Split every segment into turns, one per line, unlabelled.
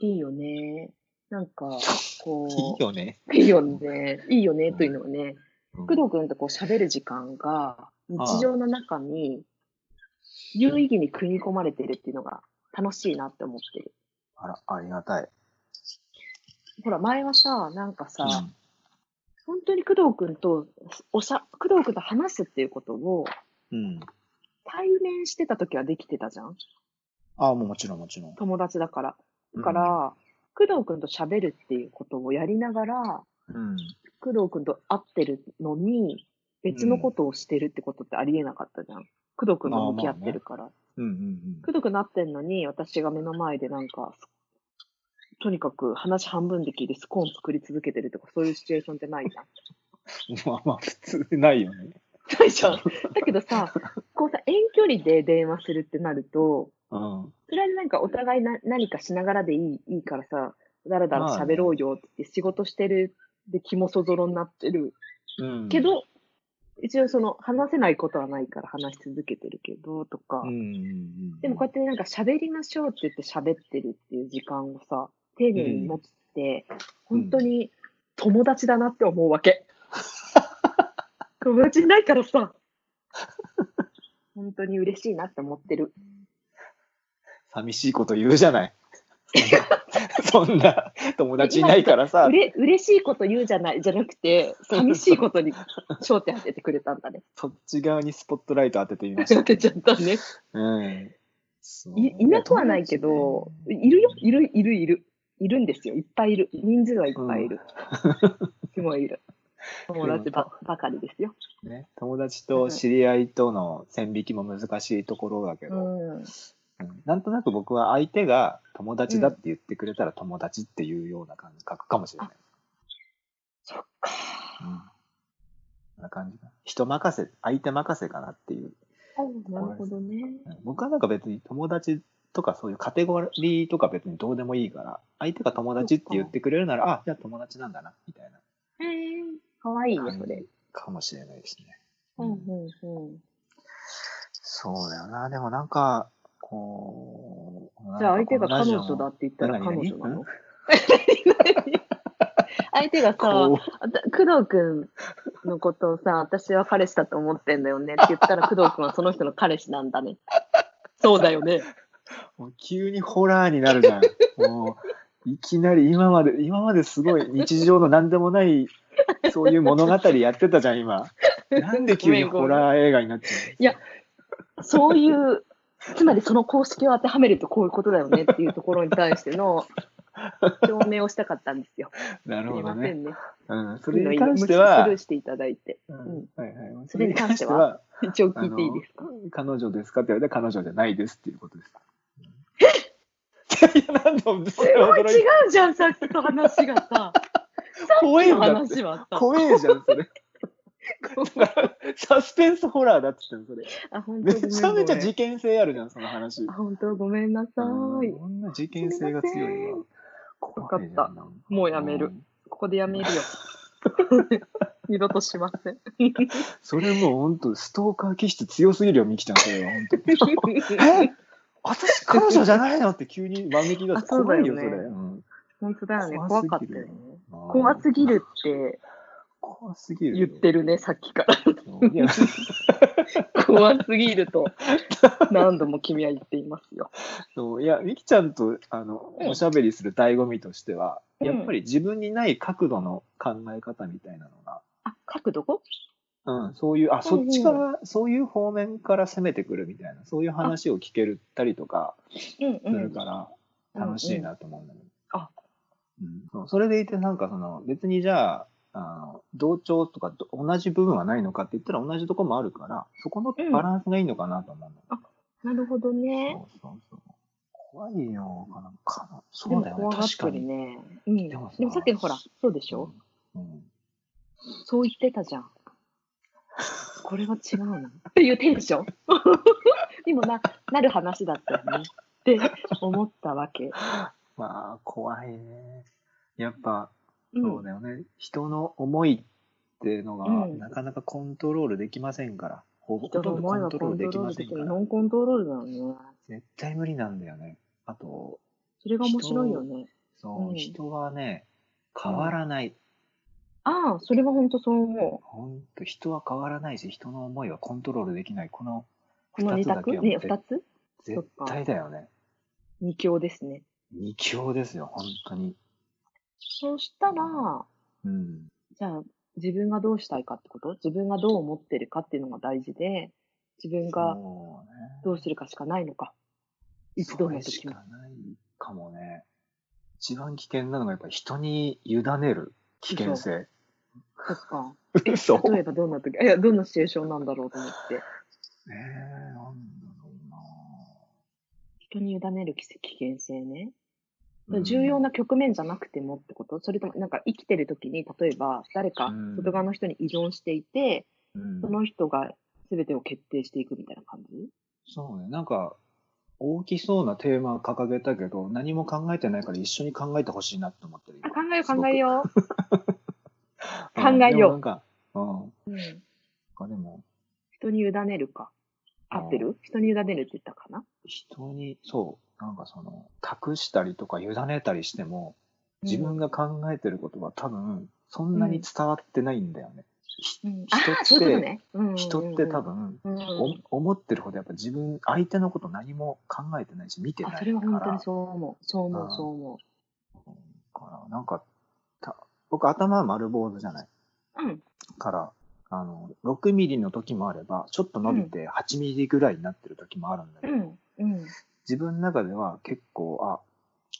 いいよね。なん か、
いい
こ
よね。
う、いいよね。いいよね、というのはね、
うん
工藤くんとこう喋る時間が、日常の中に、有意義に組み込まれてるっていうのが楽しいなって思ってる。
あら、ありがたい。
ほら、前はさ、なんかさ、
うん
本当に工藤くんと、おしゃ、工藤くんと話すっていうことを、
うん。
対面してた時はできてたじゃん
ああ、もうもちろんもちろん。
友達だから。だから、工藤くんと喋るっていうことをやりながら、
うん、うん。
工藤くんと会ってるのに、別のことをしてるってことってありえなかったじゃん。工藤くんと向き合ってるから。
うんうん
工藤くんなってんのに、私が目の前でなんか、とにかく話半分で聞いてスコーン作り続けてるとか、そういうシチュエーションってないじゃん。
うん。 まあまあ、普通ないよね。
ないじゃん。だけどさ、こうさ、遠距離で電話するってなると、
うん。
とりあえずなんかお互いな何かしながらでいいいいからさ、だらだら
まあね
喋ろうよって言って仕事してるで気もそぞろになってる
うん、
け、ど、一応その話せないことはないから話し続けてるけどとか、
うんうんうん、
でもこうやってなんか喋りましょうって言って喋ってるっていう時間をさ、丁寧に持つって、
うん
本当に友達だなって思うわ け。友達いないからさ、本当に嬉しいなって思ってる。
寂しいこと言うじ ゃない。そんな友達いないからさ
う、れ嬉しいこと言うじゃない、じゃなくて、寂しいことに焦点当ててくれたん だね。
そっち側にスポットライト当ててみまし
当
た。
てちゃったね。
うん、そう
いいなくはないけど、いるよ、いる、いる、いる。いるんですよ。いっぱいいる。人数はいっぱいいる。すごいいる。友達ばばかりですよ。
ね、友達と知り合いとの線引きも難しいところだけ
う
ど、
ん。
うんなんとなく僕は相手が友達だって言ってくれたら友達っていうような感覚かもしれない。
そっか。
うんそんな感じかな人任せ、相手任せかなっていう。
なるほどね。
うん僕はなんか別に友達とかそういうカテゴリーとか別にどうでもいいから、相手が友達って言ってくれるなら、あ、じゃあ友達なんだな、みたいな
へえかわいいね、それ。
かもしれないですね。
うん、うん、うん。
そうだよな。でもなんか、こう。
じゃあ相手が彼
なんかこ
女
の
だ
ラジ
って言ったら
何
彼
々
女なの 相手が
オ
さ
も、こ
あた工藤くんのことをさ、私は彼氏だと思ってんだよねって言ったら、工藤くんはその人の彼氏なんだ ね。そうだよね。
うもう急にホラーになる じゃん。もう、いきなり今まで、今まですごい日常の何でもない、そういう物語やってたじゃん、今。なんで急にホラー映画になっちゃうの
そういう、つまりその公式を当てはめるとこういうことだよねっていうところに対して の証明をしたかったんですよ。
な
す
るほ
い
ど
ませ
ね。
んね。
うん、それ
いい
に
のいいの
関
無視
しては
スル、ーしていただいて。
うんはいはい
それに関しては、一応聞いていいですか
彼女ですかって言われて彼女じゃないですっていうことです。えいや、なんでも、そ
す
れは
ごい
驚いた
違うじゃん、さっきと話がさ。
怖い
今
んだっ
話
て。
はさ。
怖えじゃん、そ れ。サスペンスホラーだっつってんのそれ。
あ、本
め
当ごめん
ちゃめちゃ
ごめん
事件性あるじゃん、その話。
あ本当ごめんなさ
うん
い。
こんな事件性が強いわ。
わかった
怖いじゃんなん
もうやめる
ん
ここでやめ るよ。二度としません。
それもう本当、ストーカー気質強すぎるよ、ミキちゃん、それは 本当に。え私、彼女じゃないのって急に万引きだ
あ
って
そう
怖
だ
い
よね
よ、それ。うん
本当だよね。怖
怖
か
す
っ
ぎ
たよ
るよ
ね。怖
怖
すぎるって
怖すぎる
言
よ。
ってるね、さっきから。
いや
怖すぎる と何度も君は言っていますよ。
そういや、みきちゃんとあの、
うん
おしゃべりする醍醐味としては、
うん
やっぱり自分にない角度の考え方みたいなのが、
あ、角度
うん、そういう、
う
あ、
んう
そ
ん
っちから、そういう方面から攻めてくるみたいな、そういう話を聞けるたりとか
うん
するから、楽しい。なと思うんだけど。
あ
うん、そうそれでいて、なんかその、別にじゃあ、あの同調とかど同じ部分はないのかって言ったら同じとこもあるから、そこのバランスがいいのかなと思うんだけど
なるほどね。
そうそうそう。怖いよ、かなんかな。
で
そう
も
だよ
怖
ね、
がっ
確
て
か
る
に。
ね。うん。で
でもさ
もさっきのほら、そうでしょ
うん
そう言ってたじゃん。 これは違うな。っていうテン ションにもななる話だったよね。って思ったわけ。
まあ、怖いね。やっぱ、
うん
そうだよね。人の思いっていうのが、
うん
なかなかコントロールできませんから。ほほと
人の
んどコ
思い
ン
は
ト
コ
ロー
ント
ルでき
ロー
ま
ル
せ
で
ん
き
か
る。
ら
ノ。ンコントロールだよね。
絶対無理なんだよね。あと、
それが面白いよね。
そう、
うん
人はね、変わらない。
ああ、それは本当そう思う。
ほんと、人は変わらないし、人の思いはコントロールできない。この
この
二
二
つだ
択
けは
ね、
絶
二つ
絶対だよね。
二強ですね。
二強ですよ、本当に。
そうしたら、
うん。
じゃあ自分がどうしたいかってこと自分がどう思ってるかっていうのが大事で、自分が
そうね
どうするかしかないのか。一度の時
それし
も。
かないかもね。一番危険なのがやっぱり人に委ねる危険性。
そっか。
嘘
例えばどんな時、いや、どんなシチュエーションなんだろうと思って。
えー、なんだろうな
人に委ねる危危険性ね。
うん
重要な局面じゃなくてもってことそれとも、なんか生きてる時に、例えば誰か
うん
外側の人に依存していて、
うん
その人が全てを決定していくみたいな感じ
そうね。なんか、大きそうなテーマ掲げたけど、何も考えてないから一緒に考えてほしいなって思ってる。
あ
今
考えよう考えよ
すごく
考えよう
でもなんか、うん。
う、うん。
なんかでも、
人に委ねるか。合ってる人に委ねるって言ったかな
人に、そう、なんかその、託したりとか委ねたりしても、自分が考えてることは多分、そんなに伝わってないんだよね。
うんうん
人
あ
って
あ、そういうことね。うんうんうん
人って多、分、
うん
お思ってるほどやっぱ自分、相手のこと何も考えてないし、見てない
あ、
か
それは本当に
ら、
そう思う。そう思
あ
う、
ー
そう思
からなんか、た僕頭は丸坊主じゃない。
う。うん。
から、あの、6ミリの時もあれば、ちょっと伸びて8ミリぐらいになってる時もあるんだけど、
うん。うん。
自分の中では結構、あ、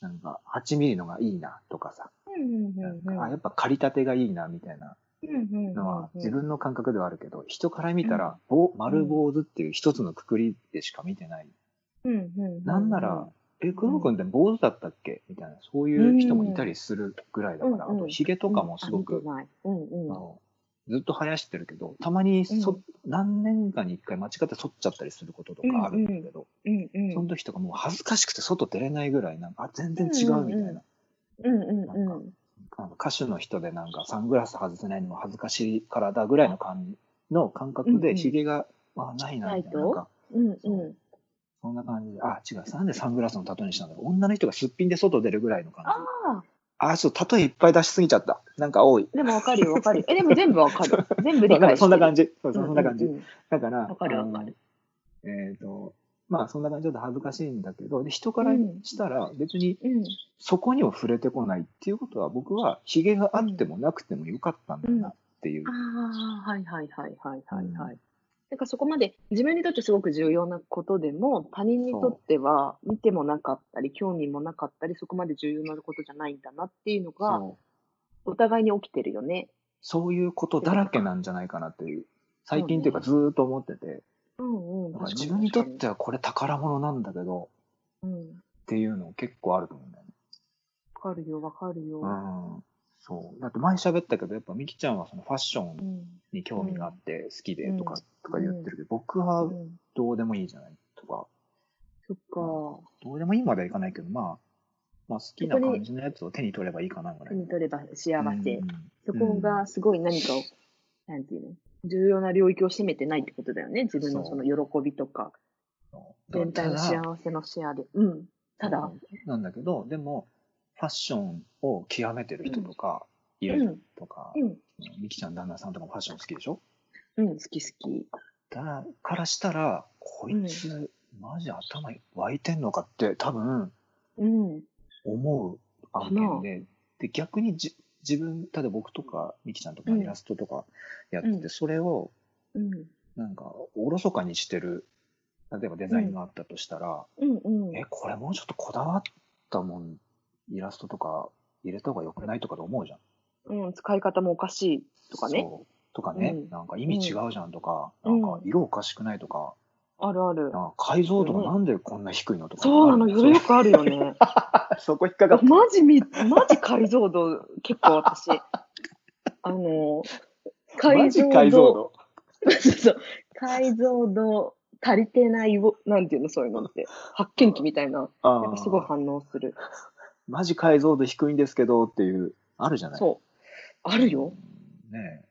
なんか8ミリのがいいなとかさ、
うん。うん。
なん
うん。うん
かあ、やっぱ刈りたてがいいなみたいな
うん。
のは自分の感覚ではあるけど、人から見た
うん
ら、棒丸坊主っていう一つのくくりでしか見てない。
うんうんうんうん。
なんなら、え、黒くんって坊主だったっけみたいな、そういう人もいたりするぐらいだから、
うんうん
あと、髭とかもすごく、
うんあ見てないうんうん
あのずっと生やしてるけど、たまにそ、
うん
何年かに一回間違って剃っちゃったりすることとかあるんだけど、
うんうん
その時とかもう恥ずかしくて外出れないぐらい、なんか、あ全然違うみたいな。
うんうんうんうんうん
あの歌手の人でなんかサングラス外せないのも恥ずかしいからだぐらいの感じの感覚
うんう
で、
ん
髭が、あ、ないな、みたいな。
ないと
なんか
うんうん
そそんな感じで、あ、違う、なんでサングラスの例えにしたんだろう。女の人がすっぴんで外出るぐらいの感
あ
じ。
あ
あ、そう、例えいっぱい出しすぎちゃった。なんか多い。
でもわかるよわかるよえでも全部わかる全部
そ
理
うなん
解
かそんな感
じ
じ。そうそうそんな感じ。だから、
わかる
あの
わかる
えっ、と、まあそんな感じだと恥ずかしいんだけど、で人からしたら別に
うん
そこにも触れてこないっていうことは僕はヒゲがあってもなくてもよかったんだなっていう。
ああはいはいはいはいはいは
う
いなんかそこまで自分にとってすごく重要なことでも他人にとっては見てもなかったり興味もなかったりそこまで重要なことじゃないんだなっていうのが
そう
お互いに起きてるよね。
そういうことだらけなんじゃないかなっていう。最近っていうかずーっと思ってて、
うんうん
だ
確
か
からに
自分にとっ
確
てはこれ宝物なんだけど
かにうん
っていうの結構あると思うんだよね。
わかるよわかるよ。
うん。そう。だって前喋ったけど、やっぱみきちゃんはそのファッション
うん
に興味があって好きでとか、
うん
とか言ってるけど、僕は
うん
どうでもいいじゃないとか、
そっか。
どうでもいいまではいかないけど、まあ、まあ好きな感じのやつを手に取ればいいかなぐら
手
い。
に取れば幸せ。
うん
そこがすごい何かを、なんていうの重要な領域を占めてないってことだよね。自分のその喜びとか、
うん
全体の幸せのシェアで。うん。ただ、
なんだけど、でも、ファッションを極めてる人とか、いうる
ん、
とか
う、ん、
みきちゃん旦那さんとかもファッション好きでしょ
うん、好き好き。
だからしたら、こいつ、マジ頭湧いてんのかって多分、
うん、
思う案件で、で、逆にじ自分、ただ僕とか、みきちゃんとか
うん
イラストとかやってて、
うん
それを、
うん、
なんか、おろそかにしてる、例えばデザインがあったとしたら、
うん、うん。
え、これもうちょっとこだわったもん、イラストとか入れた方が良くないとかと思うじゃん。
うん、使い方もおかしいとかね。
そう。とかね、
うん
なんか意味違うじゃんとか、
うん
なんか色おかしくないとか、
あるある。
なんか解像度がなんでこんな低いのとか。
そうなの、
そ
よよくあるよ ね。
そこ引っかかっ
マジみ、マジ解像度、結構私、あの、
た。マ
解
ジ
像
解像
度
度。
そうそう。解像度足りてないを、なんていうの、そういうのって。発見器みたいな。
あ
やっぱすごい反応する。
マジ解像度低いんですけどっていう、あるじゃない
そう。あるよ。。
ね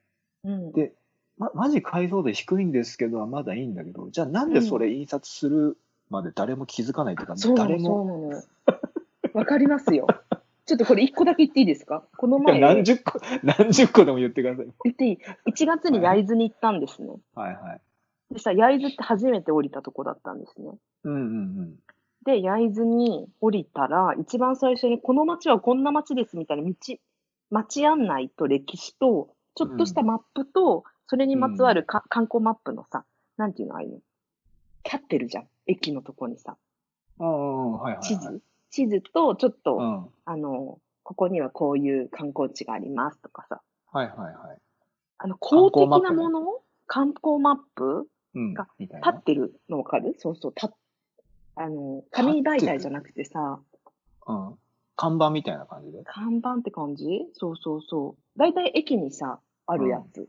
う
え
ん。
でま、マジ解像度低いんですけどはまだいいんだけど、じゃあなんでそれ印刷するまで誰も気づかないというか、
そうな
誰
の、そ
も
うなの。わかります よ。ちょっとこれ一個だけ言っていいですかこの
いや
前、
何
言
十個、 何十個でも言ってください。
っていい ?1 月に焼津に行ったんですね。
はいはい。
でさ、焼津って初めて降りたとこだったんですね。
うんうん
で、焼津に降りたら、一番最初にこの街はこんな街ですみたいな道、街案内と歴史と、ちょっとしたマップと、それにまつわるか、観光マップのさ、なんていうのああいうの。立ってるじゃん。駅のとこにさ、
うん。ああ、はいはい、はい。
地図。地図と、ちょっと、
うん。はい
あの、ここにはこういう観光地がありますとかさ、
はいはい。
あの、公的
観
な
光マッ
も
プ
の、観光マップ
うん
が。
みたい
立
な
っ。てるのわかるそうそう、立っあの、紙媒体じゃなくてさ、
うん。看板みたいな感じで。
看板って感じそうそうそう。だいたい駅にさ、あるやつ。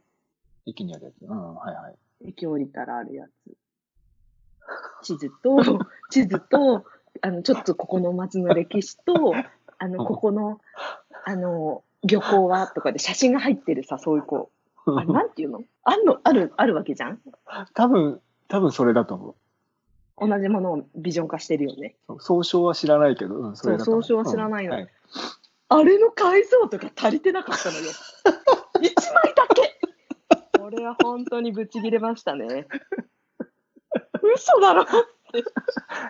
駅にあるやつ。うん、はいはい。
駅降りたらあるやつ。地図と、 地図と、あの、ちょっとここの街の歴史と、あ
う
の、
ん
ここの、あの、漁港はとかで写真が入ってるさ、そういうこう。 あれ、なんていうのあるの、ある、あるわけじゃん
多分、多分それだと思う
同じものをビジョン化してるよね。
そう。総称は知らないけど、うん、それだと思う。
そう総称は知らないの
うんはい
あれの解像度が足りてなかった のよ。1枚だけこれは本当にぶち切れましたね。嘘だろなんだっ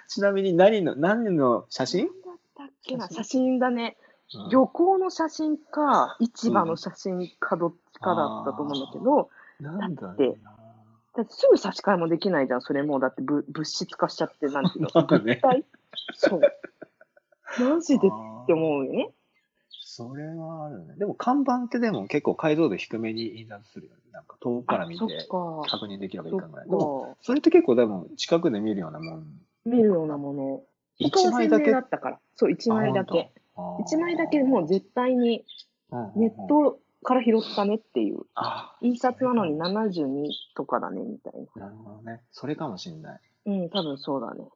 ちなみに何の、何の写真
けな写
写
真だね。
うん
漁港の写真か、市場の写真かどっちかだったと思うんだけど、
なんだろう
だってすぐ差し替えもできないじゃん、それもう。だってぶ物質化しちゃって、なん ていうの。
な。なんかね。
そう。マジでって
う。
思うよね。
それはあるね。でも看板ってでも結構解像度低めに印刷するよね。なんか遠くから見て
あそっか。
確認できればいい
そっ
かぐらい。でも、
か。
それって結構でも近くで見るようなもん。
見るようなもの。
一枚だけ。
だったから。そう、一枚だけ。一枚だけもう絶対に
う
ネットから拾ったねっていう。
あー
印刷なのに72とかだねみたい
なるほどね。それかもしんない。
な。うん、多分そうだね。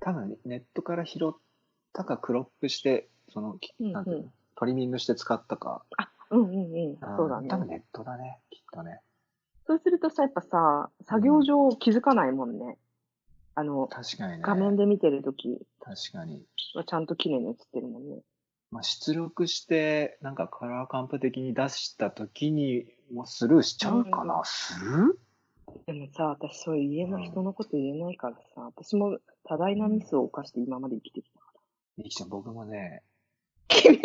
多分ネットから拾ったかクロップして、その、き
うんうん
なんていうのトリミングして使ったか。
うんうんうん。そうだ
ん多分
ね。
ネットだね。きっとね。
そうするとさ、やっぱさ、作業上気づかないもんね。あの、
確かにね。
画面で見てるとき
確かに。
はちゃんと綺麗に映ってるもんね。
まあ、出力して、なんかカラーカンプ的に出した時にもうスルーしちゃうかな、スルー
でもさ、私そういう家の人のこと言えないからさ、私も多大なミスを犯して今まで生きてきた。
みきちゃん、僕もね、
君も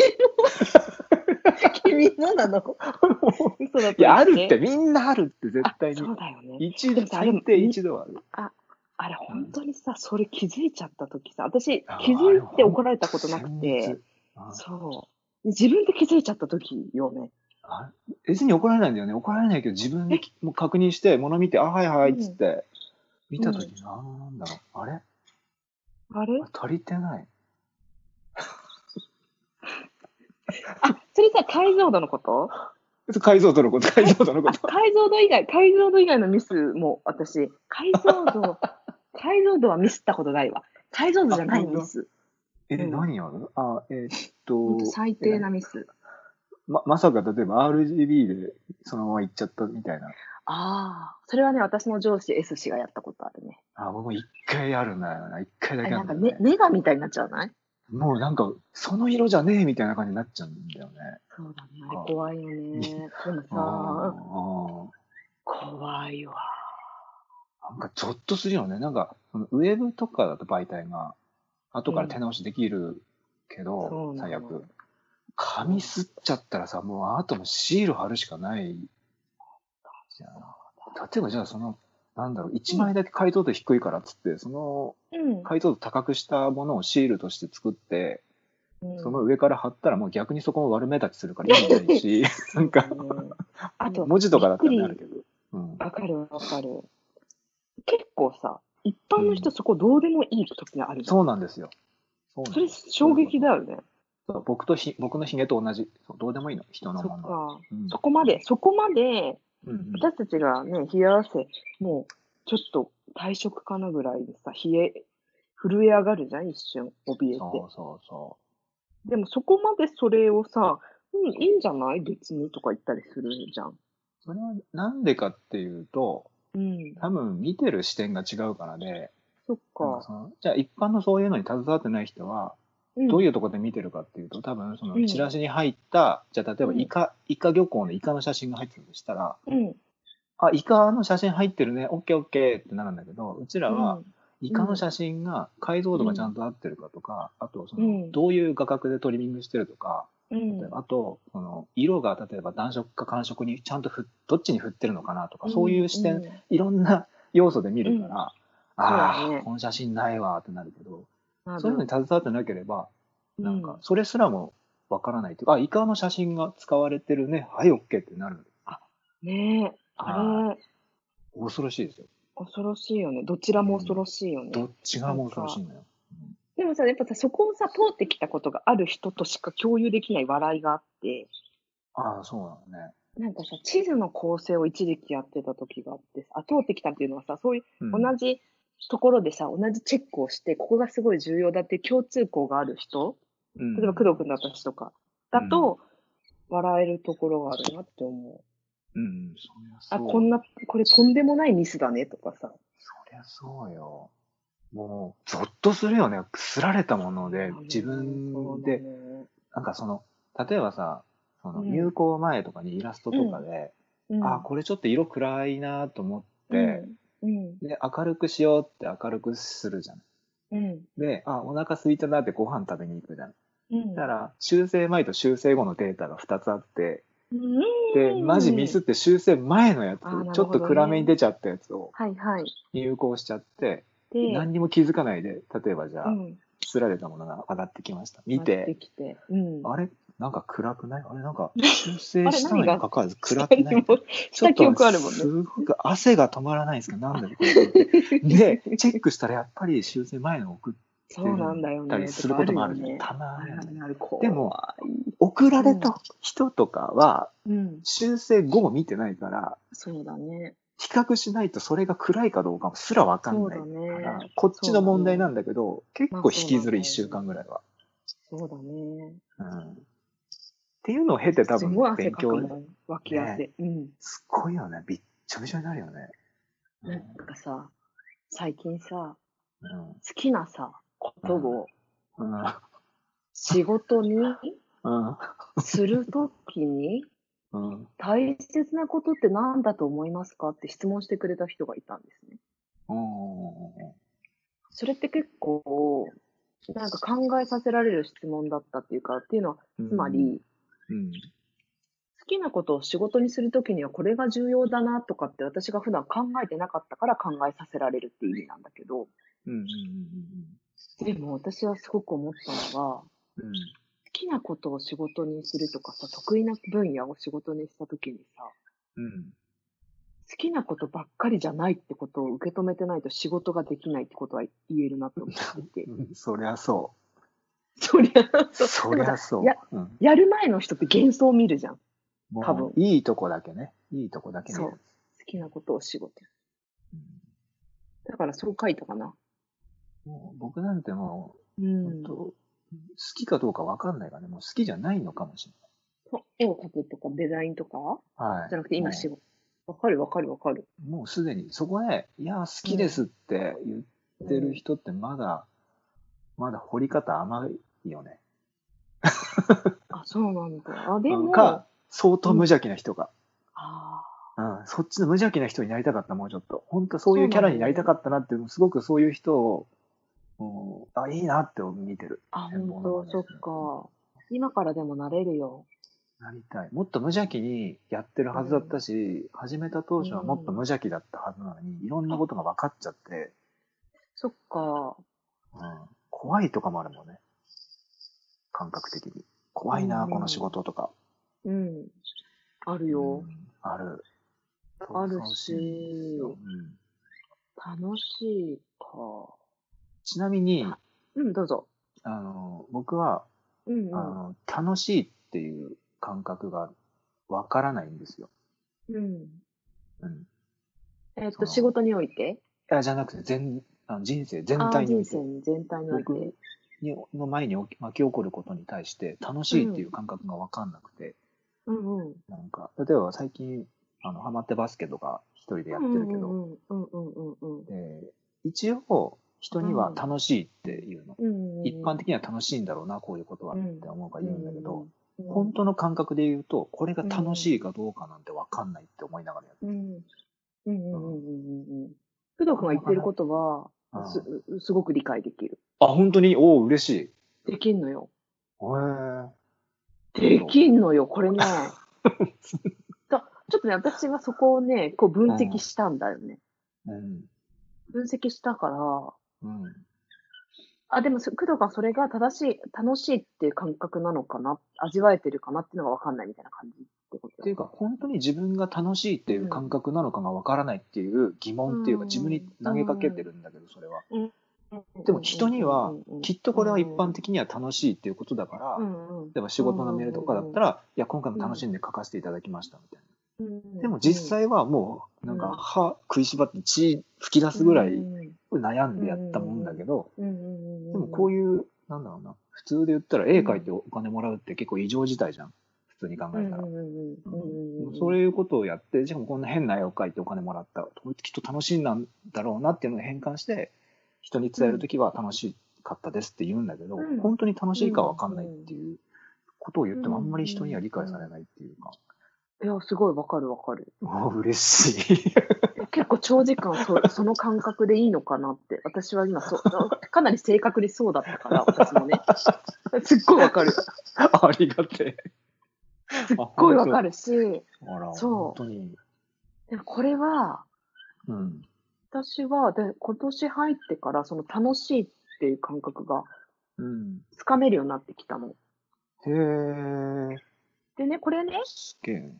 君もな の嘘だと思
いや、あるって、みんなあるって、絶対
あ
に
そ。うだよね。
一
で
度、
もさあれも
最低一度はある。
あれ、本当にさ、それ気づいちゃったときさ、私
あ、ー
気づいて怒られたことなくて、
あ
そう。自分で気づいちゃったときよね。
あれ別に怒られないんだよね。怒られないけど、自分でもう確認して、物見て、あ、はいはい、っつって、見た時に、なんだろう、あれ
あれ
足りて ない。
あ、それさ、解像度のこと
解像度のこと、解像度のこ
あ
と。
解像度以外、解像度以外のミスも私、解像 度、解像度はミスったことないわ。解像度じゃないミス。
え、
うん
何やるあ、えーっ
ほん
と
と、最低なミス。
ま、まさか例えば RGB でそのまま行っちゃったみたいな。
ああ、それはね、私の上司 S 氏がやったことあるね。
あ、僕も一回あるんだよな。一回
あ
だ
れ
けあ
な
る
ん
ん
か
だよ
ね
ね、。
メガみたいになっちゃうない
もうなんか、その色じゃねえみたいな感じになっちゃうんだよね。
そうだね。あれ怖いよ ね。でもさ、
あ
怖いわ。
あ。なんかゾッとするよね。なんか、そのウェブとかだと媒体が、後から手直しできるけど、
そうなの
最悪。紙すっちゃったらさ、もうあともうシール貼るしかないじゃん。例えばじゃあその、なんだろう、1枚だけ解像度低いからっつって、その
うん
解像度高くしたものをシールとして作って、
うん
その上から貼ったらもう逆にそこも悪目立ちするから意味な いし、なんか、
あと、
文字とかだったら
びっ
な
く
る
り
けど。うん、
わかるわかる。結構さ、一般の人そこどうでもいい時があるじゃん。
そうなんですよ。そうなん
それ
です
衝撃だよね。
そう僕とひ僕のヒゲと同じ。そうどうでもいいの、人
そ
の
っ
もの。
か。
うん
そこまで、そこまで、
うんうん
私たちがね、冷や汗、もう、ちょっと退職かなぐらいでさ、冷え、震え上がるじゃん、一瞬、怯えて
そ。うそうそ
でもそこまでそれをさ、うん、いいんじゃない別にとか言ったりするじゃん。
う。それはなんでかっていうと、
うん。
多分見てる視点が違うからで、
そっ
なんか
か。
そのじゃあ一般のそういうのに携わってない人は、
うん
どういうところで見てるかっていうと多分そ
うん
のチラシに入った、じゃあ例えば
うん
イカ、イカ漁港のイカの写真が入ってるとしたら
うん。
あイカの写真入ってるねオッケーオッケーってなるんだけどうちらは
うん
イカの写真が解像度がちゃんと合ってるかとか、あとその、
うん
どういう画角でトリミングしてるとか、
うん
例えばあとその色が例えば暖色か寒色にちゃんとふどっちに振ってるのかなとか、そういう視点、
ん
いろんな 要素で見るから、あ
そ
あ、
うだね
この写真ないわってなるけど、
なる
そういうのに携わってなければ、なん
う
か、それすらもわからないというか、あ、イカの写真が使われてるね、はい、オッケーってなるので、あ、
ねえ、あれ、
恐ろしいですよ。
恐ろしいよね。どちらも恐ろしいよね。
どっちがもう恐ろしいんだよ。
でもさ、やっぱさ、そこをさ、通ってきたことがある人としか共有できない笑いがあって、
ああ、そうなのね。
なんかさ、地図の構成を一時期やってた時があってさ、あ、通ってきたっていうのはさ、そういう
うん
同じところでさ、同じチェックをして、ここがすごい重要だっていう共通項がある人、
うん
例えば工藤君だったちとか、だと、笑えるところがあるなって思う。
うん、そりゃそう。
あ、こんな、これとんでもないミスだねとかさ。
そりゃそうよ。もう、ゾッとするよね。すられたもので、自分で、
そうだね
なんかその、例えばさ、その
うん
入校前とかにイラストとかで、
うん
あ、これちょっと色暗いなと思って、
うん、
で、明るくしようって明るくするじゃん。
うん、
で、あ、お腹空いたなってご飯食べに行くじゃん。
うん。
だから、修正前と修正後のデータが2つあって、
う
で、
ん、
マジミスって修正前のやつ
あーなるほど、ね
ちょっと暗めに出ちゃったやつを
はいはい。
入校しちゃって、
で、
何にも気づかないで、例えばじゃあ、
うん、
すられたものが上がってきました。見
なって
て、
きて、うん。
あれなんか暗くないあれな んか修正したのにかかわらず暗
下
く
に
ない
もした記憶あるもん
す
ね。
ごく汗が止まらないんですけど、なん でこれで、チェックしたらやっぱり修正前の送っ
そうなんだよ
た
ね。
りすることもあるじゃん。
とか
たま
あるよねあ
に
るあるある
でも、送られた人とかは、
うん、
修正後も見てないから、
そうだね。
比較しないとそれが暗いかどうかもすらわかんないか
そうだ
ら、
ね
こっちの問題なんだけど、結構引きずる
まあそうなんだよね
1週間ぐらいは。
そうだね。
うんっていうのを経て多
すごい
分
汗
勉
かくも
強、
ん。脇汗、うん。
すごいよね。びっちょびちょになるよね。うん
なんかさ、最近さ、
うん
好きなさ、ことを
うん
仕事に
うん
するときに、
うん
大切なことって何だと思いますかって質問してくれた人がいたんですね。
うん
それって結構、なんか考えさせられる質問だったっていうか、っていうのは、つまり、
う
好
うん、
きなことを仕事にするときにはこれが重要だなとかって私が普段考えてなかったから考えさせられるっていう意味なんだけど、
うん、うん、
でも私はすごく思ったのが、好
うん、うん、
きなことを仕事にするとかさ、得意な分野を仕事にしたときにさ、
うん、
好きなことばっかりじゃないってことを受け止めてないと仕事ができないってことは言えるなと思っていて。
うん、そりゃそ
そりゃ、
う。そりゃそう
いや。
うん、
やる前の人って幻想を見るじゃん。好
もう
多分
いいとこだけね。いいとこだけね。
そうきなことを仕事。
うん
だからそう書いたかな。
もう僕なんても
う
う、本
ん
当好きかどうかわかんないからね。もう好きじゃないのかもしれ
絵を描くとかデザインとか
ない。はい。
じゃなくて今仕
も
事。わかるわかるわかる。
うもうすでに、そこで、いや、好きですって言ってる人ってまだ、まだ掘り方甘いよね。
あ、そうなんだ。あ、で
うん
も、
か、相当無邪気な人が。
あ
うん、そっちの無邪気な人になりたかった、もうちょっと。本当そういうキャラになりたかったなって、すごくそういう人を、うん、あ、いいなって見てる。
ーあ、
でも
本当そっか。今からでもなれるよ。
なりたい。もっと無邪気にやってるはずだったし、始めた当初はもっと無邪気だったはずなのに、いろんなことが分かっちゃって、
そっか。
うん、怖いとかもあるもんね。感覚的に。怖いな、
うん
この仕事とか。
うん。あるよ
う。んある。
ある
そう
し
そうそううん
楽しいか。
ちなみに、
うん、どうぞ。
あの、僕は、
うん、う
あ
ん。
の、楽しいっていう感覚がわからないんですよ。
うん。
うん。
えっ
そ
と、
の
仕事において
あじゃなくて、全、あの人生全
あ
体
ー
に
人
おいて
生、全体において。
僕にの前に起き巻き起こることに対して、楽しいっていう感覚がわかんなくて、
うんうん。
なんか、例えば最近、あの、ハマってバスケとか一人でやってるけど、
うんうんうんうんうんうん。
で一応、人には楽しいっていうの。
うん
一般的には楽しいんだろうな、こういうことはって思うから言うんだけど、、
うん
本当の感覚で言うと、これが楽しいかどうかなんてわかんないって思いながらや
う
る。
んうんうんうんうんうん。工藤君が言ってることは、
うん
す、すごく理解できる。
あ、本当におお、嬉しい。へ
できんのよ。
え。
できんのよ、これ ね。だちょっとね、私はそこをね、こう分析したんだよね。
うん。
分析したから、
うん。
あ、でも、そ工藤がそれが正しい、楽しいっていう感覚なのかな、味わえてるかなっていうのがわかんないみたいな感じってこ
っ
と
ていうか、本当に自分が楽しいっていう感覚なのかがわからないっていう疑問っていうか、
うん
自分に投げかけてるんだけど、それは。
うん
でも人には、きっとこれは一般
的
的には楽しいっていうことだから、例えば仕事のメールとかだった
ら、
ら、いや、今回も楽しんで書かせていただきましたみたいな。
うんうん
でも実、際はもう、なん
うん
か歯食いしばって血吹き出すぐらい
うん
悩んでやったもんだけど、
うんうんうん、
でもこう
い
いう、なんだろうな、普通で言ったら絵描いてお金もらうって結構異常事態じゃん。普通に考えたら。うんそういうことをやって、しかもこんな変な絵を描いてお金もらった。きっと楽しいんだろうなっていうのを変換して、人に伝えるときは楽しかったですって言うんだけど、
うん
本当に楽しいかわかんないっていうことを言ってもあんまり人には理解されないっていうか、
いや、すごいわかるわかる。
あ嬉しい。
結構長時間そ、その感覚でいいのかなって、私は今そう、かなり正確にそうだったから、私もね。 すっごいわかる。す
ありがてえ。すっ
っごいわか
る。
るし、
あら、
そう
本当に。
でもこれは、
うん。
私はで今年入ってから、その楽しいっていう感覚が
うん。
つかめるようになってきたの。
へえ。
でね、これね、
すげえ。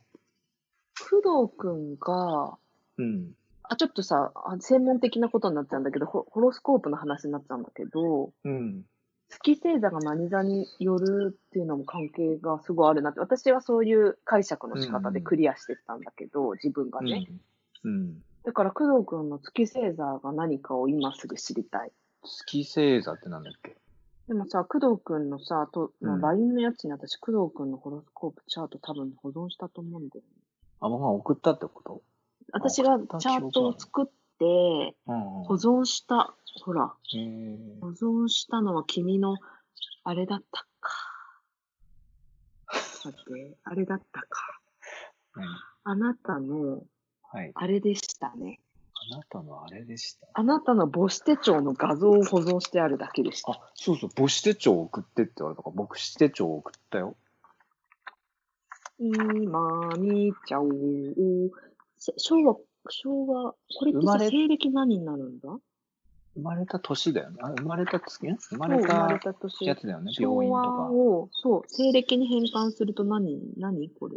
工藤くんが、
うん。
あ、ちょっとさ、あ専門的なことになっちゃうんだけど、ホホロスコープの話になっちゃうんだけど、
うん。
月星座が何座によるっていうのも関係がすごいあるなって、私はそういう解釈の仕方でクリアしてったんだけど、自分がね。
うん。
だから、工藤君の月星座が何かを今すぐ知りたい。
月星座ってなんだっけ
でもさ、工藤君のさ、と
うん
LINE のやつに私、工藤君のホロスコープチャート多分保存したと思うんだよね。
あ、僕が送ったってこと
私が
送った
チャートを作って、
うんうん
保存した、ほら、
へえ
保存したのは君の、あれだったか。待って、あれだったか。
うん
あなたの、
はい。
あれでしたね。
あなたのあれでした。
あなたの母子手帳の画像を保存してあるだけでした。
あ、そうそう、母子手帳送ってって言われたから、僕子手帳送ったよ。
今見ちゃおう。せ昭和、昭和、これって
生ま
さ、
れ
西暦何になるんだ
生まれた年だよね。あ生まれた月ん生ま
もう
れ
生ま
た
れた年
や。つだよね。
昭
病院と
和
か。
を、そう、西暦に変換すると何、何これ。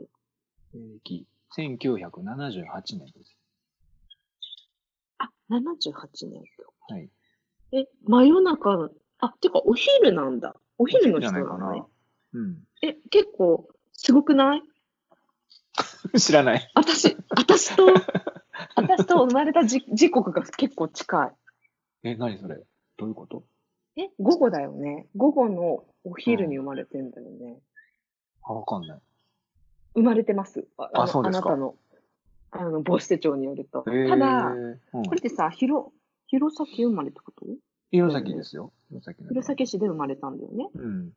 西暦1978年です。
あ、78年。
はい。
え、真夜中、あ、てかお昼なんだ。お昼の人
じゃ
ないのね。。
う
え、結構、すごくない
ん。 知らない。
私、私 と、私と生まれたじ時刻が結構近
え、何それどういうこと
い。え、午後だよね。午後のお昼に生まれてんだよね。
あ、わかんない。
生まれてます。あ
あ
の
そうですか
あなたの、あの、母子手帳によると。
えー
ただ、
うん
これってさ、広、弘前生まれってこと
弘前ですよ。弘前の
弘前市で生まれたんだよね。
うん。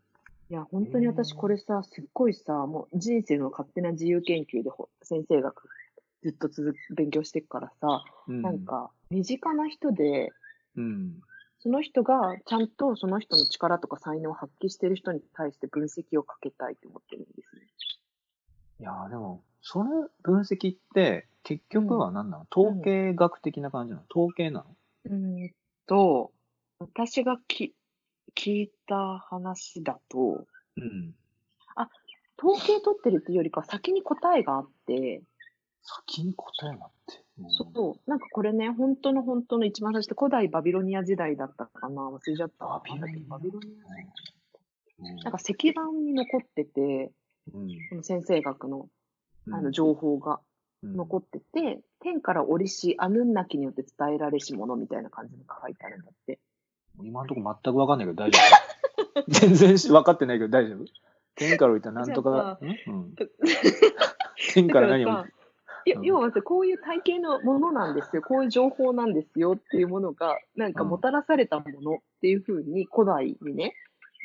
いや、本当に私これさ、すっごいさ、もう人生の勝手な自由研究でほ先生がずっと続く勉強してっからさ、
うん。
なんか身近な人で、
うん。
その人がちゃんとその人の力とか才能を発揮してる人に対して分析をかけたいと思ってるんですね。
いやーでも、それ分析って、結局は何なの統計学的な感じなの統計なの
うーんと、私がき聞いた話だと、
うん。
統計取ってるっていうよりか先に答えがあって、
先に答えがあって。うん
そう、なんかこれね、本当の本当の一番最初って古代バビロニア時代だったかな、忘れちゃった。
バビロニア
バビロニ
うん
アなんか石板に残ってて、
うん
この先生学の
うん
あの情報が
うん
残ってて、天から折りし、アヌンナキによって伝えられし者みたいな感じの書いてあるんだって。
今のところ全く分かんないけど大丈夫。 全然し分かってないけど 大丈夫。天から降りたなんとか、んうん、天から何
だ
を
らさ要要はさこういう体系のものなんですよ、こういう情報なんですよっていうものが、なんか
うん
もたらされたものっていうふうに、古代にね、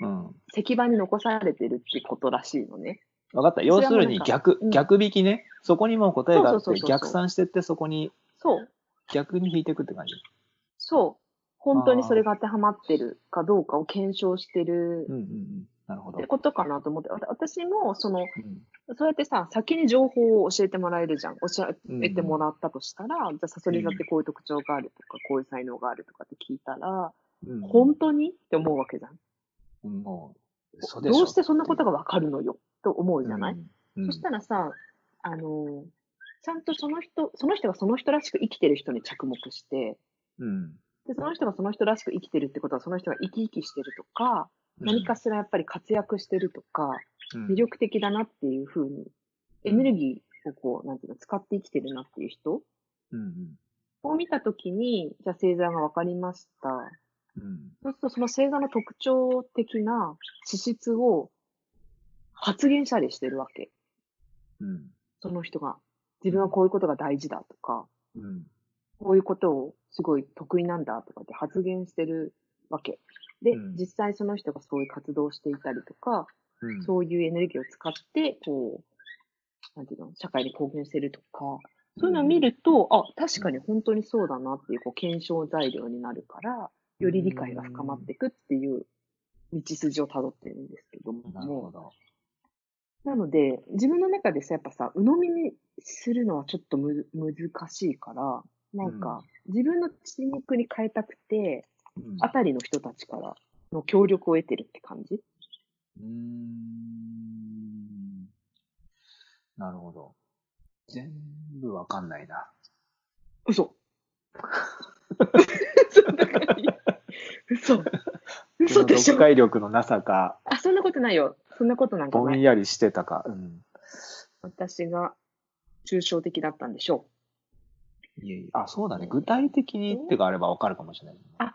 うん。
石板に残されてるってことらしいのね。
分かった。要するに逆
うん、
逆引きね。そこにもう答えがあって
そうそうそう、そう
逆算してって、そこに
そう、
逆に引いていくって感じ。
そう、本当にそれが当てはまってるかどうかを検証してる
うんうんうん。なるほ
っ
ど
て。ことかなと思って、わた私も、その、
うん
そうやってさ、先に情報を教えてもらえるじゃん。教えても
う
らったとしたら、じゃあサソリ座ってこういう特徴があるとか、こういう才能があるとかって聞いたら、
ん。
本当にって思うわけじゃん。
うんもう、嘘でしょ。
どうしてそんなことがわかるのよと思うじゃない、
うん
そしたらさ、あの、ちゃんとその人、その人がその人らしく生きてる人に着目して、
うん。
でその人がその人らしく生きてるってことは、その人が生き生きしてるとか、何かしらやっぱり活躍してるとか、魅力的だなっていうふうに、エネルギーをこう、なんていうの、使って生きてるなっていう人
うんうん
を見たときに、じゃあ星座がわかりました。
うん
そうするとその星座の特徴的な資質を発言したりしてるわけ。
うん
その人が。自分はこういうことが大事だとか、
うん
こういうことをすごい得意なんだとかって発言してるわけ。で、
うん
実際その人がそういう活動をしていたりとか、
うん
そういうエネルギーを使って、こう、なんていうの、社会に貢献してるとか、そういうのを見ると、あ、確かに本当にそうだなっていう、こう、検証材料になるから、より理解が深まっていくっていう道筋を辿ってるんですけども。
なるほど。
なので、自分の中でさ、やっぱさ、鵜呑みにするのはちょっとむ難しいから、なんか、自分の血肉に変えたくて、
うん
あたりの人たちからの協力を得てるって感じ
うーんなるほど。全部わかんないな。
嘘。嘘だから嘘。嘘でしょ
読。解力のなさか、
あ、そんなことないよ。そんなことなんか
ぼ
なんい。
やりしてたか。うん。
私が抽象的だったんでしょ
いえいえあ、そうだね。具体的にってがあればわかるかもしれない。
あう。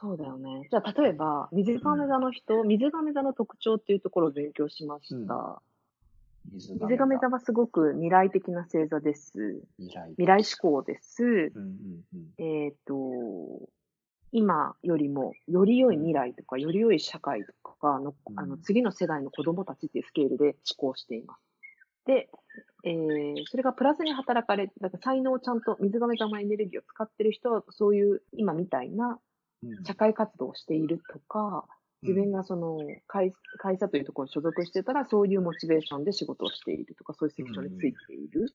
そうだよね。じゃあ、例えば、水亀座の人、水亀座の特徴っていうところを勉強しました。
うん水
水
が
亀
め
座
だ。
はすごく未来的な星座です。
未来。
未来志向です。
うんうんうん。
えっ、と、今よりも、より良い未来とか、より良い社会とかあの、
うん
あの次の世代の子供たちっていうスケールで志向しています。で、えーそれがプラスに働かれ、だから才能をちゃんと、水亀座のエネルギーを使ってる人は、そういう今みたいな
うん
社会活動をしているとか、自分がその会会社というところに所属してたら、そういうモチベーションで仕事をしているとか、そういうセクションについている。
うん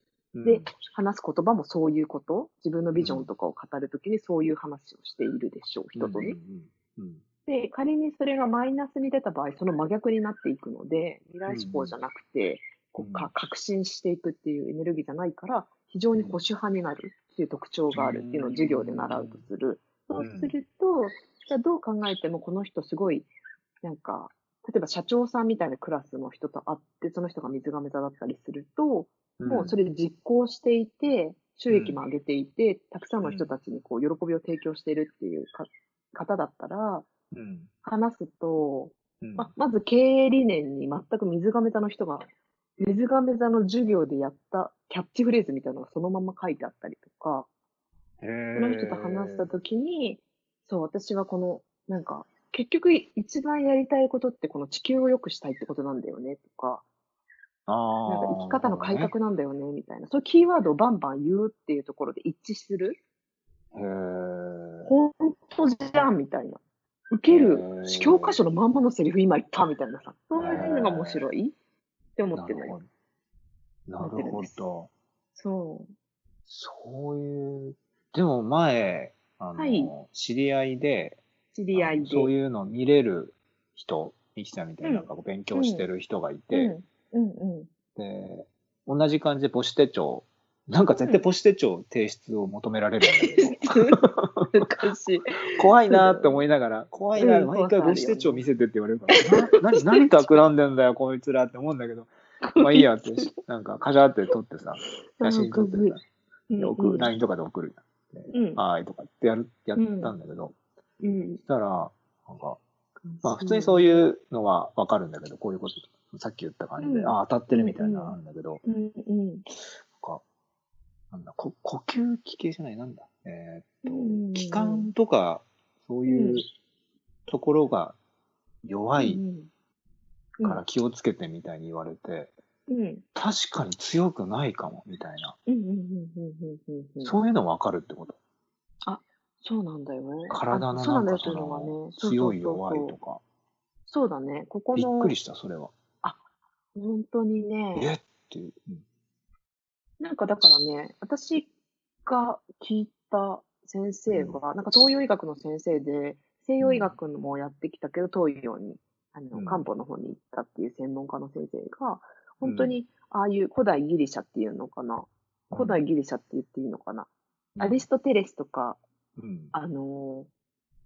で、話す言葉もそういうこと、自分のビジョンとかを語るときにそういう話をしているでしょう、人とね。。
うんうんうん
で、仮にそれがマイナスに出た場合、その真逆になっていくので、未来志向じゃなくて、こ
う
うんか革新していくっていうエネルギーじゃないから、非常に保守派になるっていう特徴があるっていうのを授業で習うとする。
う
そ
ん
うすると、じゃあどう考えてもこの人すごい、なんか、例えば社長さんみたいなクラスの人と会って、その人が水亀座だったりすると、
うん
もうそれで実行していて、収益も上げていて、たくさんの人たちにこう喜びを提供しているっていうか方だったら、
うん
話すと、
うん
ままず経営理念に全く水亀座の人が、水亀座の授業でやったキャッチフレーズみたいなのがそのまま書いてあったりとか、
へ
そ
ー
の人と話したときに、そう、私はこの、なんか、結局一番やりたいことってこの地球を良くしたいってことなんだよねとか、
あー
なんか生き方の改
なる
革なんだよね、みたいな。そういうキーワードをバンバン言うっていうところで一致する。
ほどねへー
本当じゃん、みたいな。受ける
へー、
教科書のまんまのセリフ今言った、みたいなさ。そういうのが面白いって思ってるのよ。
なるほど。なるほど。
そ
そういう、でも前、あの、
はい
知り合いで、
う。知り合
あ
い
の
で。
そういうの見れる人、ミキさんみたいな、
うん
なんか勉強してる人がいて、
うん、うん、う ん。
で、同じ感じで母子手帳、なんか絶対母子手帳提出を求められるんだけど、
難しい。
怖いなって思いながら、 怖いな、
うん
毎回
怖さある
母子
よね
手帳見せてって言われる から、な何、何企んでんだよ、こいつらって思うんだけど、まあいいやって、なんかカシャって撮って さ、写真撮ってさ、で送
うん
る、LINE とかで送る
うん
やん。はーいとかってやる、やったんだけど、
うん。
したら、なんか、まあ普通にそういうのはわかるんだけど、こういうこと、さっき言った感じで、
うん
ああ、当たってるみたいなのあるんだけど、
うん。うん、うん。
なんかなんだ、こ呼吸器系じゃない、なんだ。えーっと、
うん
気管とか、そういううんところが弱い
うん
から気をつけてみたいに言われて、
うんうん
確かに強くないかも、みたいな。
うんうんうんうんうんうん
そういうのわかるってこと。
そうなんだよね。
体
あ
の
そうな
な
ん
ん
だよ
か
ってい
そう
のが
の
ね。、
強い弱いと
か。
か。
そうだね。ここ
びっ
の
く、りした、それは。
本当にね、
えっていう。うん
なんかだからね、私が聞いた先生は、なんか東洋医学の先生で、西洋医学もやってきたけど、東洋に、あの
うん、
漢方の方に行ったっていう専門家の先生が、本当に、ああいう古代ギリシャっていうのかな。古代ギリシャって言っていいのかな。アリストテレスとか、
うん。
あのー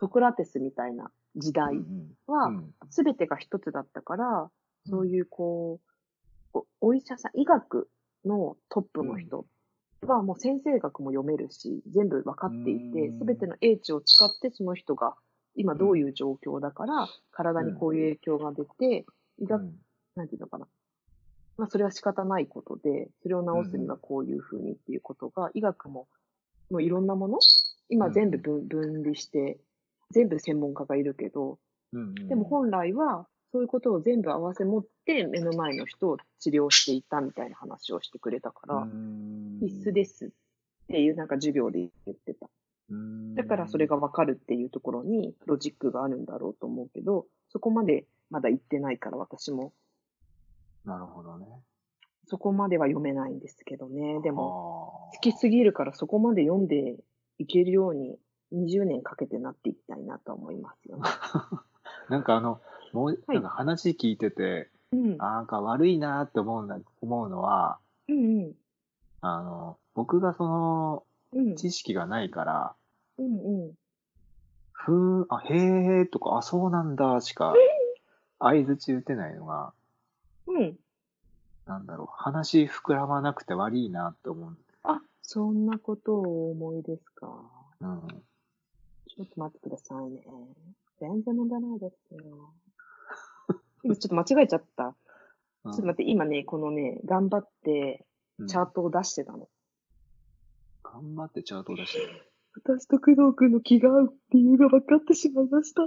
ソクラテスみたいな時代
うん
は、
うん
すべてが一つだったから、そういうこう、おお医者さん、医学のトップの人はもう先生学も読めるし、全部分かっていて、
うん
すべての英知を使ってその人が今どういう状況だから、体にこういう影響が出て、医
う
学、
ん
なんていうのかな。まあそれは仕方ないことで、それを治すにはこういうふうにっていうことが、医学も、もういろんなもの今全部分分離して、全部専門家がいるけど、
うん。
でも本来は、そういうことを全部合わせ持って、目の前の人を治療していたみたいな話をしてくれたから、必須ですすっていう、なんか授業で言ってた。
うん
だからそれが、わかるっていうところにロジックがあるんだろうと思うけど、そこまでまだ行ってないから、私も
なるほどね。
そこまでは読めないんですけどね。でも、
も
好きすぎるからそこまで読んでいけるように、20年かけてなっていきたいなとは思いますよね。
なんかあの、もう、
はい
なんか話聞いてて、
うん。
あーなんか悪いなーって思うな、思うのは、
うんうん。
あの、僕がその、
うん。
知識がないから、
うんうん。
ふーん、あ、へーへーとか、あ、そうなんだ、しか、相槌打てないのが、
うん。
なんだろう、話膨らまなくて悪いなって思う。
あ、そんなことをお思いですか。
うん。
ちょっと待ってくださいね。全然問題ないですよ。 今ちょっと間違えちゃった。ちょ
うん
っと待って、今ね、このね、頑張って
うん
チャートを出してたの。
頑張ってチャートを出してる。
私と工藤くんの気が合う理由が分かってしまいま した。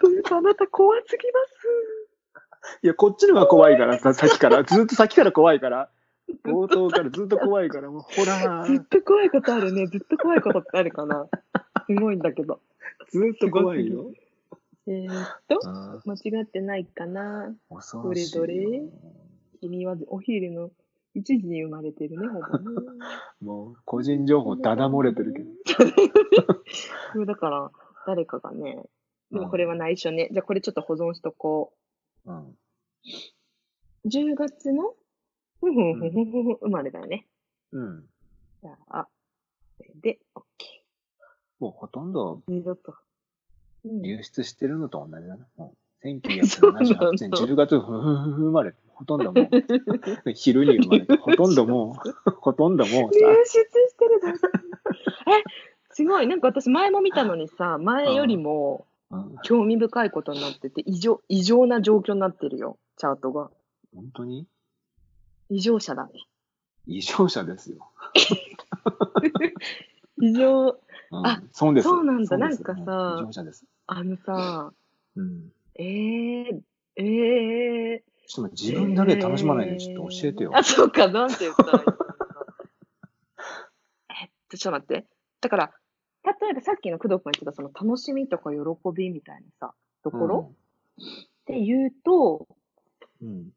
というか、あなた怖すぎ
いや、こっちのが怖 いからさ、さっきから。ずっとさっきから怖いから。冒頭からずっと怖いから、もうホラ
ます。ずっ
ー。
と怖いことあるね。ずっと怖いことってあるか な。すごいんだけど。
ずっと怖いよ。
えー、っと、
うん
間違ってないかな。
恐ろしいよ。
どれどれ君はお昼の1時に生まれてるね、ほぼね。
もう、個人情報ダダ漏れてるけど。
そうだから、誰かがね、でもこれは
ね。
内緒ね。じゃあこれちょっと保存しとこ
うん。
う。10月のふんふんふんふんふん生まれだよね。
うん。
じゃあ、で、OK。
もうほとんど
二度と。うん
流出してるのと同じだな。もう1978年10月生まれ。ほとんどもう、 昼に生まれて、ほとんどもう、 ほとんどもう
流
さ
出、してるだけ。え、すごい。なんか私前も見たのにさ、前よりも
うん
興味深いことになってて、異常、異常な状況になってるよ。チャートが。
本当に
異常者だね。
異常者ですよ。
異常、
うん
あ、
そうです。
そうなんだ
そです
なんかさ
うん異常者です。
あのさ、
うん。
えー、えー、
ちょっと自分だけで楽しまないで、ちょっと教えてよ
ー。あ、そうか、なんて言ったらいいのかな えっと、ちょっと待って。だから、例えばさっきの工藤君が言ってた、その楽しみとか喜びみたいなさ、ところ、って言うと、
うんうん。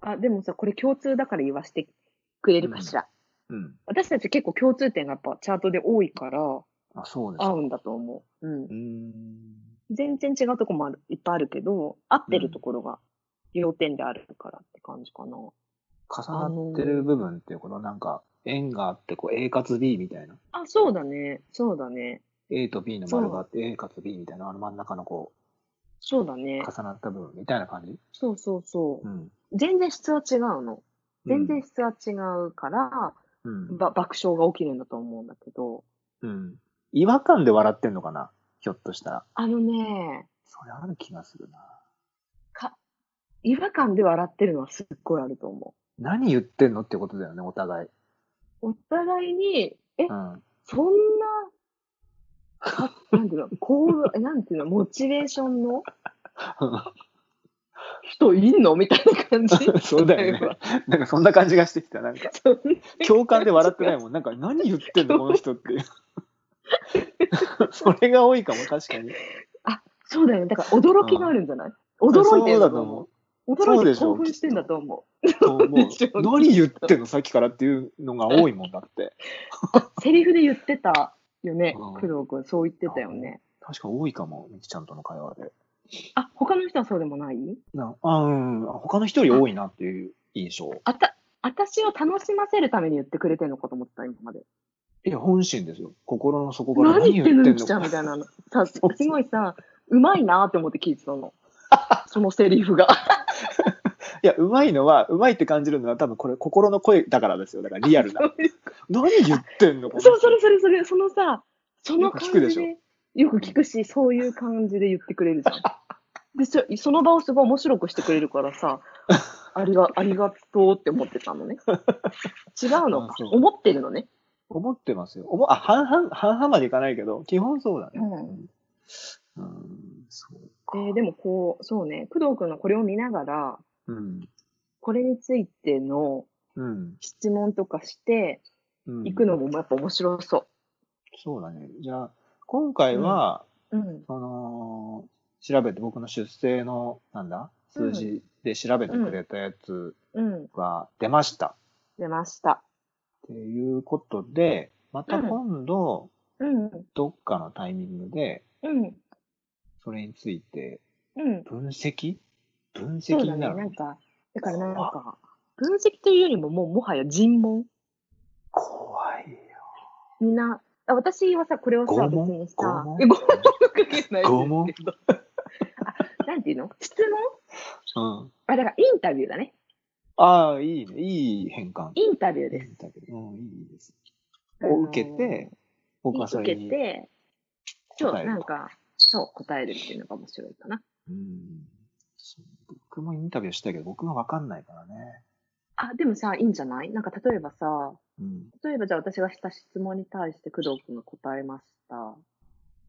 あ、でもさ、これ共通だから言わせてくれるかしら。
うん。
私たち結構共通点がやっぱチャートで多いから、
あ、そうです
合
か。
うんだと思う。うん
う。ーん。
全然違うとこもあるいっぱいあるけど、合ってるところが要点であるからって感じかな。
重なってる部分っていうこと、なんか、円があって、こう、A かつ B みたいな。
あ、そうだね。そうだね。
A と B の丸があって、A かつ B みたいな、あの真ん中のこ
そうだね
う、。重なった部分みたいな感じ
そうそうそう
う。ん。
全然質は違うの。全然
うん
質は違うから、
うん。
ば爆笑が起きるんだと思うんだけど、
うん。違和感で笑ってんのかなひょっとしたら。
あのね、
それある気がするな。
か違和感で笑ってるのはすっごいあると思
何言ってんのってことだよね、お互い。
お互いに、え、
うん。
そんな、かなんていうの、こう、なんていうの、モチベーションの人いんのみたいな 感じ
そうだよね。なんかそんな感じがしてきた。なんか、
そんな
共感で笑ってないもん。なんか、何言ってんの、この人 っていう。それが多いかも、確かに。
そうだよね。だから驚きがあるんじゃない驚いてるんだと 思う。
だと
驚いて
思うそうでしょ
興奮してんだと思
そうも
でしょ
う何言ってんの、さっきからっていうのが多いもんだって。
う。セリフで言ってたよね。
うん
工藤君、そう言ってたよね。
確か多いかも、みきちゃんとの会話で。
あ、他の人はそうでもない
なあ、うん、他の人より多いなっていう印象。
あた、私を楽しませるために言ってくれてんのかと思ってた、今まで。
いや、本心ですよ。心の底から
何言ってんの、きちゃんみ
か
たいなの。さ、すごいさ、うまいなって思って聞いてたの。そのセリフが。
いや、うまいのは、うまいって感じるのは、多分これ、心の声だからですよ。だから、リア ルな。何言ってんの、この人
そう、それそれそれ、そのさ、その感
よく聞くで
じ
し
で、よく聞くし、そういう感じで言ってくれる じゃん。でそ、その場をすごい面白くしてくれるからさ、ありが、ありがとうって思ってたのね。違うの
あ
か
そう。
思ってるのね。
思ってますよ。おもあ、半々、半々までいかないけど、基本そうだね。うん。そう
え
か。
ーでもこう、そうね、工藤君のこれを見ながら、
うん。
これについての
うん。
質問とかして
うん
いくのもやっぱ面白そ
そうだね。じゃあ、今回は、
う。うん。
その、調べて、僕の出生の、なんだ、数字で調べてくれたやつ
うん。
が出ました。
出ました。
っていうことで、また今度、
うん。うん。
どっかのタイミングで、
うん。
それについて、
うん。
分析分
そ
析
うだ
に
ね、
な
な
るの
ん。か、だからなんか、分析というよりも、もうもはや尋問
怖い。
みんな、あ私はさ、これをさ、
拷
別
問
に
拷
さ、
問
え拷問かけないですけど
拷問
あなんていうの質問
うん。
あ、だからインタビューだね。
ああ、いいね。いい変換。
インタビューです。
インタビューうん、いいです。を受けて、僕はそ
受
れ
け
に。
て、そう、
答えると
なんか、そう、答えるっていうのが面白いかな。
うん。そう僕もインタビューしたけど、僕がわかんないからね。
あ、でもさ、いいんじゃないなんか例えばさ、
うん。
例えばじゃあ私がした質問に対して工藤君が答えました。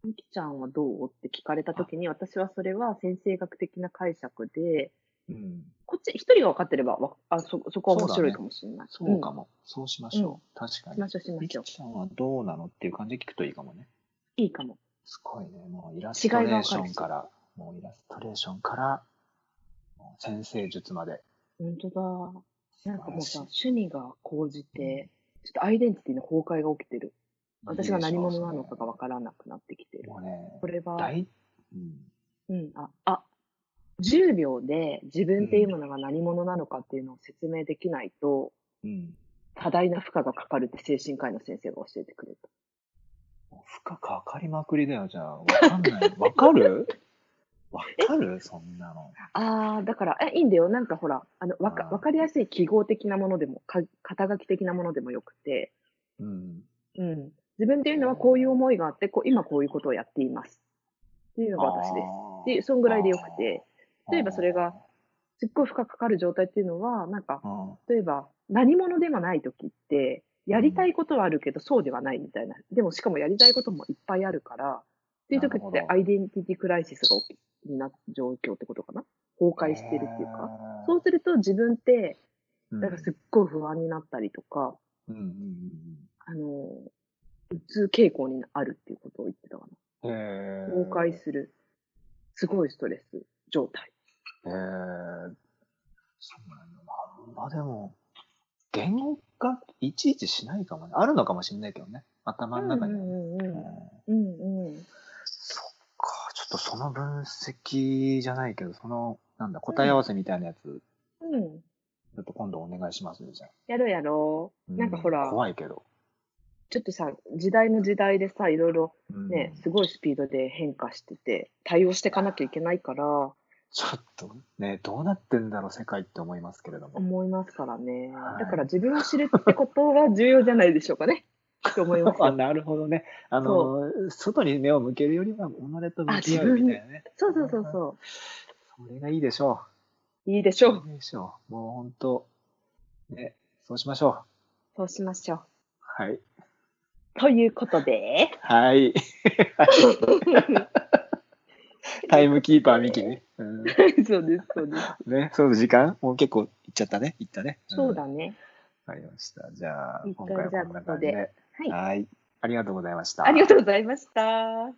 みきちゃんはどうって聞かれたときに、私はそれは先生学的な解釈で、
うん。
こっち一人が分かってればわあそ、そこは面白いかもしれない。
そうか
も。
も。そうしましょう。確か
し
に
ま。しょう、しま
み
し
き
ょう。
ちゃんはどうなのっていう感じで聞くといいかもね。
いいかも。
すごいね。もうイラストレーションから、もうイラストレーションから、もう先生術まで。
本当だ。なんかもうさ
素晴
趣
ら、
味が高じて、ちょっとアイデンティティの崩壊が起きてる。私が何者なのかが分からなくなってきてる。
もうね
こ、れは、
大、うん、
うん、あ、あ、10秒で自分っていうものが何者なのかっていうのを説明できないと、
うん。
多大な負荷がかかるって精神科医の先生が教えてくれた。
もう負荷かかりまくりだよ、じゃあ。わかん ない。わかるわかるそんなの。
ああ、だから、え、いいんだよ。なんかほら、あの、わか
あー
わかりやすい記号的なものでも、か肩書き的なものでもよくて、
うん。
うん。自分っていうのはこういう思いがあって、こう今こういうことをやっています。っていうのが私です。っていう、そんぐらいでよくて、
あー、
例えばそれがすっごい負荷かかる状態っていうのは、なんか
あ、ー、
例えば何者でもない時って、やりたいことはあるけど、そうではないみたいな。でも、しかもやりたいこともいっぱいあるから、っていう時っ
なる
て
ほど
アイデンティティクライシスが起きになる状況ってことかな崩壊してるっていうか。そうすると自分って、
うん、
なんかすっごい不安になったりとか、
うんうん
あのー、うつ傾向にあるっていうことを言ってたか
うんうん。
な。崩壊
る。
する。すごいストレス状態。
えー、そうなんだ。まあでも、言語化いちいちしないかもね。あるのかもしれないけどね。頭の中にはね。
うんうんうん
うん
うんうん。
そっか、ちょっとその分析じゃないけど、その、なんだ、答え合わせみたいなやつ、ち
うんうん。
ょっと今度お願いしますね、じゃあ。
やろうやろう。なんかほ
う
ら、
怖いけど。
ちょっとさ、時代の時代でさ、いろいろ
うん
ね、すごいスピードで変化してて、対応していかなきゃいけないから、
ちょっとね、どうなってんだろう、世界って思いますけれども。
思いますからね
は。い
だから自分を知るってことが重要じゃないでしょうか ね。と思います
あ
よ。
なるほどね。あの、外に目を向けるよりは、己と向き合
あ自
う
分
みたいなね。
そうそうそうそ
それがいいでしょ
う。いいでしょ
う。
う。
いいでしょう。もう本当、ね、そうしましょう。
そうしましょう。
はい。
ということで、
はい。 タイムキーパーミキね。うん、
そうです、そうです。
ね、そう時間もう結構いっちゃったね。いったね。ん
そうだね。
わかりました。じゃあ、
一旦
今回はこんな感じ
じゃ
で。
はい。
はい。ありがとうございました。
ありがとうございました。